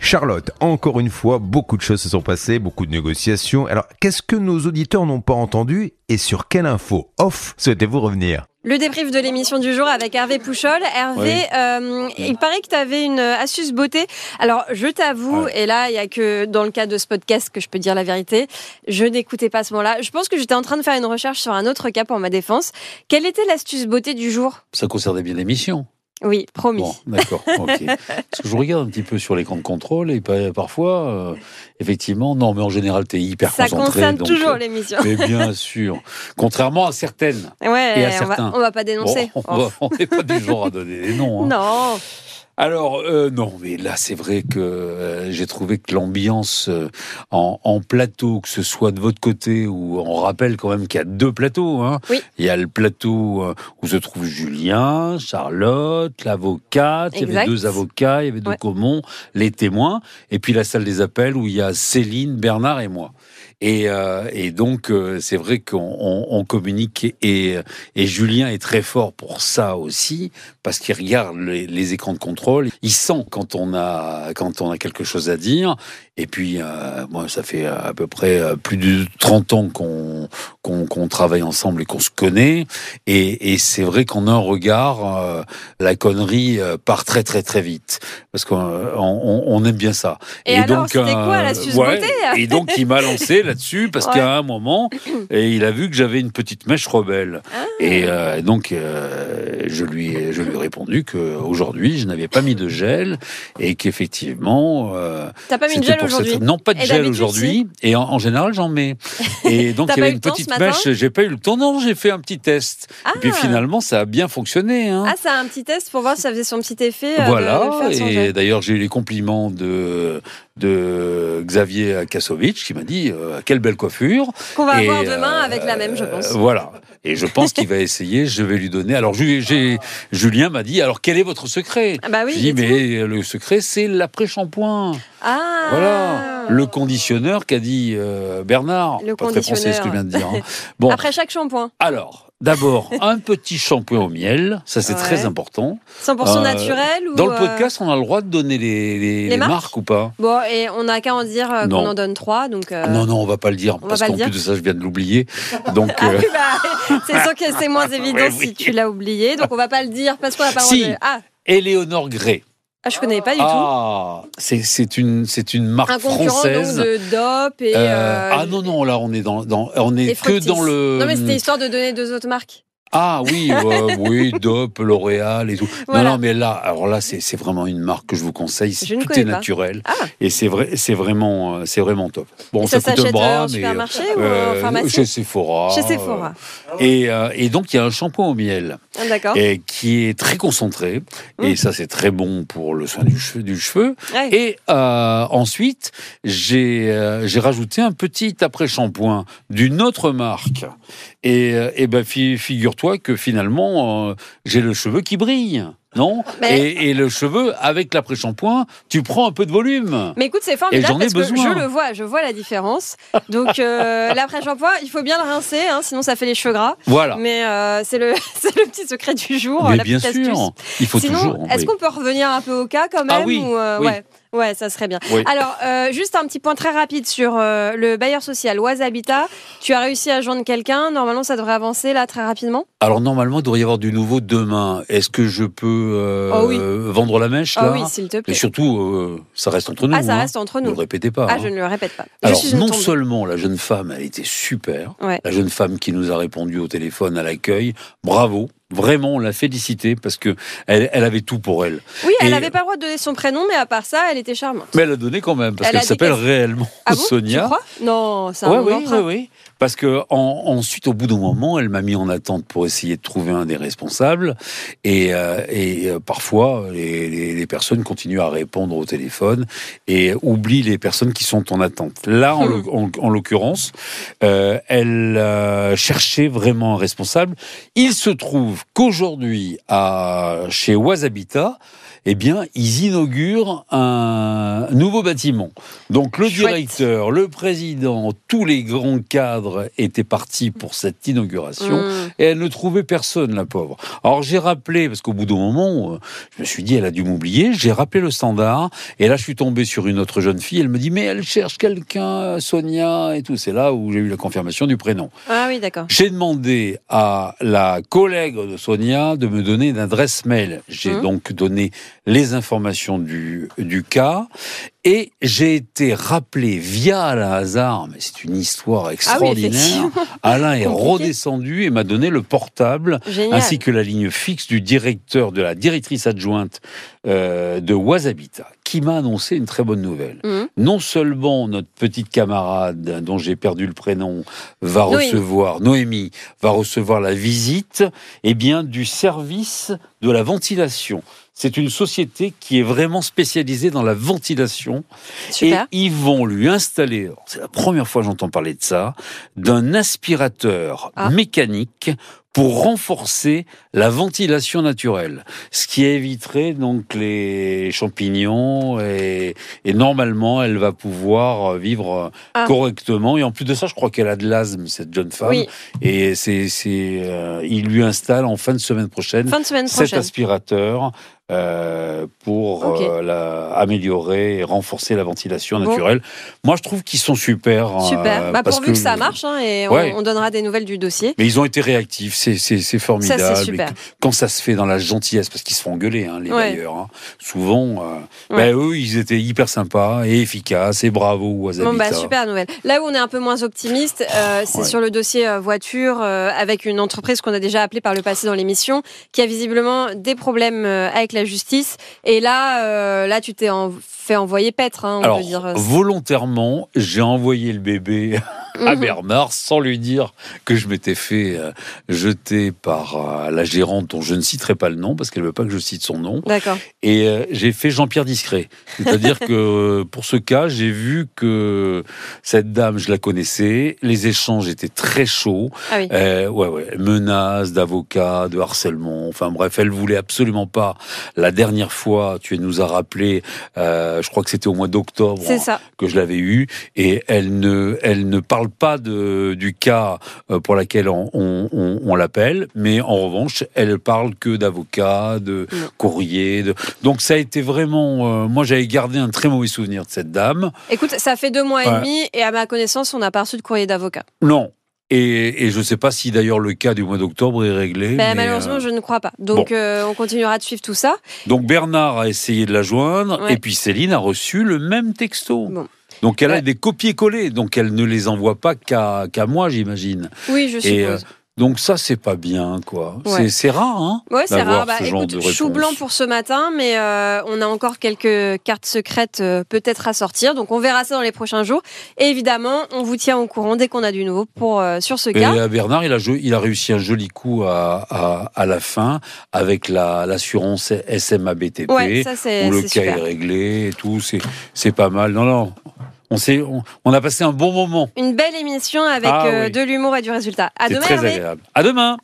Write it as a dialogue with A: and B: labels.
A: Charlotte, encore une fois, beaucoup de choses se sont passées, beaucoup de négociations. Alors, qu'est-ce que nos auditeurs n'ont pas entendu et sur quelle info off souhaitez-vous revenir
B: Le débrief de l'émission du jour avec Hervé Pouchol. Hervé,
C: Oui.
B: euh, il paraît que tu avais une euh, astuce beauté. Alors, je t'avoue, et là, il y a que dans le cas de ce podcast que je peux dire la vérité, je n'écoutais pas à ce moment-là. Je pense que j'étais en train de faire une recherche sur un autre cas pour ma défense. Quelle était l'astuce beauté du jour
C: Ça concernait bien l'émission.
B: Oui, promis.
C: Bon, d'accord. ok. Parce que je regarde un petit peu sur l'écran de contrôle et pa- parfois, euh, effectivement, non, mais en général, t'es hyper
B: Ça
C: concentré.
B: concerne
C: donc,
B: toujours
C: euh,
B: l'émission.
C: Mais bien sûr. Contrairement à certaines. et à
B: Ouais, on va,
C: certains.
B: on va pas
C: Bon,
B: dénoncer. Oh.
C: on va- on n'est pas du genre à donner des noms. hein.
B: Non,
C: Alors, euh, non, mais là, c'est vrai que euh, j'ai trouvé que l'ambiance euh, en, en plateau, que ce soit de votre côté, ou on rappelle quand même qu'il y a deux plateaux. Hein.
B: Oui.
C: Il y a le plateau euh, où se trouve Julien, Charlotte, l'avocate, il y avait
B: Exact.
C: deux avocats, il y avait deux
B: Ouais.
C: Comont, les témoins, et puis la salle des appels où il y a Céline, Bernard et moi. Et, euh, et donc, euh, c'est vrai qu'on on- on communique et, et Julien est très fort pour ça aussi parce qu'il regarde les, les écrans de contrôle, il sent quand on a quand on a quelque chose à dire. Et puis euh, moi, ça fait à peu près euh, plus de 30 ans qu'on qu'on qu'on travaille ensemble et qu'on se connaît. Et, et c'est vrai qu'en un regard, euh, la connerie euh, part très très très vite parce qu'on euh, on, on aime bien ça.
B: Et alors, c'était quoi,
C: euh,
B: l'astuce
C: ouais,
B: beauté
C: Et donc il m'a lancé là-dessus parce
B: Ouais.
C: qu'à un moment, et il a vu que j'avais une petite mèche rebelle.
B: Ah.
C: Et euh, donc, euh, je, lui, ai- je lui ai répondu qu'aujourd'hui, je n'avais pas mis de gel et qu'effectivement. euh,
B: t'as pas mis de
C: c'était
B: gel
C: pour cette-
B: aujourd'hui. Eh ben,
C: Non, pas de
B: Et
C: gel
B: d'habitude,
C: aujourd'hui. Et en, en général, j'en mets. Et donc,
B: T'as
C: il
B: pas
C: y avait
B: eu le
C: une
B: temps ce
C: petite
B: matin
C: mèche. J'ai pas eu le temps. Non, j'ai fait un petit test.
B: Ah.
C: Et puis finalement, ça a bien fonctionné. Hein.
B: Ah, ça a un petit test pour voir si ça faisait son petit effet. euh, de-
C: Voilà,
B: de faire son
C: et
B: gel.
C: d'ailleurs j'ai eu les compliments de, de Xavier Kassovitch qui m'a dit euh, quelle belle coiffure.
B: Qu'on va
C: Et,
B: avoir demain
C: euh,
B: avec la même, je pense.
C: euh, Voilà. Et je pense qu'il va essayer. Je vais lui donner. Alors, Ju- j'ai- Julien m'a dit alors, quel est votre secret
B: Ah bah oui,
C: Je dis
B: dites-moi.
C: mais le secret, c'est l'après-shampoing.
B: Ah
C: Voilà. Le conditionneur qu'a dit euh, Bernard.
B: Le
C: Pas très français ce que je viens de dire. hein. Bon,
B: Après chaque shampoing,
C: alors. D'abord, un petit shampoing au miel, ça c'est
B: Ouais.
C: très important.
B: 100%
C: Euh,
B: naturel ou
C: Dans le
B: euh,
C: podcast, on a le droit de donner les, les-
B: les
C: les
B: marques
C: marques ou pas
B: Bon, et on n'a qu'à en dire euh, qu'on
C: Non. Ah
B: en donne trois, donc. euh,
C: Non, non, on va pas le dire,
B: va
C: parce
B: pas le
C: qu'en
B: dire.
C: plus de ça, je viens de l'oublier. Donc,
B: Ah
C: euh,
B: oui, bah, c'est sûr que c'est moins évident
C: Ouais, oui.
B: si tu l'as oublié, donc on va pas le dire parce qu'on n'a pas le
C: Si.
B: droit de- Ah,
C: Éléonore Gray.
B: ah, je connais pas du tout.
C: Ah, c'est- c'est une c'est une marque
B: Un concurrent donc,
C: française.
B: de Dop et.
C: Euh,
B: euh,
C: ah non non là on est dans, dans- on
B: et
C: est que
B: Fructis.
C: dans le
B: Non mais c'était histoire de donner deux autres marques.
C: ah oui euh, oui Dop L'Oréal et tout
B: Voilà.
C: non non mais là alors là c'est c'est vraiment une marque que je vous conseille c'est-
B: Je ne
C: tout
B: connais
C: est
B: pas.
C: naturel
B: Ah.
C: et c'est vrai c'est vraiment euh, c'est vraiment top bon
B: Et ça
C: coûte un
B: s'achète euh,
C: bras
B: en
C: mais
B: supermarché ou en
C: euh,
B: pharmacie
C: chez Sephora
B: Chez Sephora.
C: euh, et euh, et donc il y a un shampoing au miel
B: Ah, D'accord.
C: et qui est très concentré
B: Mm.
C: et ça c'est très bon pour le soin du cheveu du cheveu
B: Ouais.
C: Et euh, ensuite, j'ai euh, j'ai rajouté un petit après-shampoing d'une autre marque. Et, euh, eh ben, fi- figure-toi que finalement, euh, j'ai le cheveu qui brille. Non
B: Mais-
C: et, et le cheveu, avec l'après-shampoing, tu prends un peu de volume.
B: Mais écoute, c'est
C: Et j'en
B: formidable
C: ai
B: parce que
C: besoin.
B: je le vois, je vois la différence. Donc euh, l'après-shampoing, il faut bien le rincer, hein, sinon ça fait les cheveux gras.
C: Voilà.
B: Mais euh, c'est le, c'est le petit secret du jour,
C: Mais
B: la
C: bien
B: petite astuce.
C: sûr, il faut
B: sinon,
C: toujours.
B: est-ce
C: oui.
B: qu'on peut revenir un peu au cas quand même
C: Ah oui,
B: ou, euh,
C: oui.
B: ouais. Ouais, ça serait bien.
C: Oui.
B: Alors, euh, juste un petit point très rapide sur euh, le bailleur social, Oise Habitat. Tu as réussi à joindre quelqu'un. Normalement, ça devrait avancer là très rapidement.
C: Alors normalement, il devrait y avoir du nouveau demain. Est-ce que je peux euh,
B: Oh oui.
C: vendre la mèche
B: Ah
C: là
B: oui, s'il te
C: Et
B: plaît.
C: surtout, euh, ça reste entre nous.
B: Ah, ça
C: hein.
B: reste entre
C: Ne le
B: nous.
C: répétez pas.
B: Ah,
C: hein.
B: je ne le répète pas. Je
C: Alors,
B: suis une
C: non
B: tombe.
C: seulement la jeune femme, elle était super.
B: Ouais.
C: La jeune femme qui nous a répondu au téléphone à l'accueil, bravo. Vraiment, on l'a félicité parce que elle, elle avait tout pour elle.
B: Oui, elle
C: Et-
B: n'avait pas le droit de donner son prénom, mais à part ça, elle était charmante.
C: Mais elle a donné quand même parce
B: Elle a
C: qu'elle s'appelle
B: décalé.
C: réellement
B: Ah bon, Tu
C: Sonia.
B: crois Non, c'est un
C: Ouais,
B: nom
C: oui, oui,
B: d'emprunt.
C: oui. Parce que en- ensuite, au bout d'un moment, elle m'a mis en attente pour essayer de trouver un des responsables. Et, euh, et, euh, parfois, les, les- les personnes continuent à répondre au téléphone et oublient les personnes qui sont en attente. Là, en,
B: Hmm.
C: l'oc- en- en l'occurrence, euh, elle euh, cherchait vraiment un responsable. Il se trouve trouve qu'aujourd'hui, à- chez Oisabita, eh bien, ils inaugurent un nouveau bâtiment. Donc le
B: Chouette.
C: directeur, le président, tous les grands cadres étaient partis pour cette inauguration
B: Mmh.
C: et elle ne trouvait personne, la pauvre. Alors j'ai rappelé, parce qu'au bout d'un moment, euh, je me suis dit, elle a dû m'oublier, j'ai rappelé le standard, et là je suis tombé sur une autre jeune fille, elle me dit, mais elle cherche quelqu'un, Sonia, et tout, c'est là où j'ai eu la confirmation du prénom.
B: Ah oui, d'accord.
C: J'ai demandé à la collègue de Sonia de me donner une adresse mail. J'ai
B: Mhm.
C: donc donné les informations du, du cas et j'ai été rappelé via Alain Hazard, mais c'est une histoire extraordinaire.
B: Ah effectivement.
C: Alain est
B: Compliqué.
C: redescendu et m'a donné le portable
B: Génial.
C: ainsi que la ligne fixe du directeur, de la directrice adjointe euh, de Wasabita, qui m'a annoncé une très bonne nouvelle.
B: Mhm.
C: Non seulement notre petite camarade, dont j'ai perdu le prénom, va
B: Noémie.
C: recevoir, Noémie, va recevoir la visite eh bien, du service de la ventilation. C'est une société qui est vraiment spécialisée dans la ventilation
B: Super.
C: et ils vont lui installer, c'est la première fois que j'entends parler de ça, d'un aspirateur
B: Ah.
C: mécanique pour renforcer la ventilation naturelle, ce qui éviterait donc les champignons et, et normalement elle va pouvoir euh, vivre
B: Ah.
C: correctement et en plus de ça je crois qu'elle a de l'asthme cette jeune femme
B: Oui,
C: et c'est c'est euh, il lui installe en fin de semaine prochaine
B: fin de semaine
C: cet
B: prochaine.
C: aspirateur euh, pour
B: Ok.
C: euh, la- améliorer et renforcer la ventilation
B: Bon.
C: naturelle. Moi, je trouve qu'ils sont super.
B: Super.
C: euh,
B: bah,
C: parce
B: pourvu que, ça marche, hein, et on-
C: Ouais.
B: on, donnera des nouvelles du dossier.
C: Mais ils ont été réactifs, c'est- c'est c'est
B: Ça,
C: formidable.
B: c'est super.
C: Et Quand ça se fait dans la gentillesse, parce qu'ils se font engueuler, hein, les
B: Ouais.
C: bailleurs, hein. souvent, euh,
B: Ouais.
C: ben, eux, ils étaient hyper sympas et efficaces, et bravo aux
B: Bon, bah,
C: Habitat.
B: super nouvelle. Là où on est un peu moins optimiste, euh, c'est
C: Ouais.
B: sur le dossier euh, voiture euh, avec une entreprise qu'on a déjà appelée par le passé dans l'émission, qui a visiblement des problèmes euh, avec la justice. Et là, euh, là, tu t'es en- fait envoyer paître, hein, on
C: Alors,
B: peut dire.
C: volontairement, j'ai envoyé le bébé à
B: Mhm.
C: Bernard sans lui dire que je m'étais fait euh, jeter par euh, la gérante dont je ne citerai pas le nom parce qu'elle veut pas que je cite son nom.
B: D'accord.
C: Et euh, j'ai fait Jean-Pierre discret. C'est-à-dire que euh, pour ce cas, j'ai vu que cette dame, je la connaissais, les échanges étaient très chauds.
B: Ah oui.
C: Euh, ouais, ouais, menaces d'avocats, de harcèlement. Enfin bref, elle voulait absolument pas. La dernière fois, tu nous as rappelé, euh, je crois que c'était au mois d'octobre
B: C'est ça.
C: que je l'avais eu et elle ne elle ne parle pas de du cas euh, pour laquelle on, on, on- on l'appelle mais en revanche elle parle que d'avocats de
B: Mm.
C: courriers de... donc ça a été vraiment euh, moi j'avais gardé un très mauvais souvenir de cette dame
B: Écoute, ça fait deux mois et
C: Ouais.
B: demi et à ma connaissance, on n'a pas reçu de courrier d'avocat.
C: non et, et je sais pas si d'ailleurs le cas du mois d'octobre est réglé
B: Bah,
C: mais,
B: malheureusement,
C: euh,
B: je ne crois pas. Donc, euh, on continuera de suivre tout ça.
C: donc Bernard a essayé de la joindre
B: Ouais.
C: et puis Céline a reçu le même texto
B: Bon.
C: donc elle a
B: Ouais.
C: des copier-coller donc elle ne les envoie pas qu'à qu'à moi j'imagine
B: Oui, je
C: Et, euh,
B: suppose.
C: donc ça, c'est pas bien, quoi.
B: Ouais.
C: C'est- C'est rare, hein
B: Ouais, c'est
C: d'avoir
B: rare. Bah,
C: ce genre de
B: écoute, chou
C: réponse.
B: blanc pour ce matin, mais euh, on a encore quelques cartes secrètes euh, peut-être à sortir. Donc, on verra ça dans les prochains jours. Et évidemment, on vous tient au courant dès qu'on a du nouveau pour, euh, sur ce
C: Et
B: cas.
C: à Bernard, il a, jo- il a réussi un joli coup à, à- à la fin avec la- l'assurance SMABTP,
B: ouais, ça, c'est
C: où le
B: c'est
C: cas
B: super.
C: est réglé et tout. C'est- C'est pas mal. Non, non. On, s'est- on, on a passé un bon moment.
B: Une belle émission avec
C: Ah
B: euh,
C: oui.
B: de l'humour et du résultat. À
C: C'est
B: demain,
C: très
B: Hervé.
C: agréable. À demain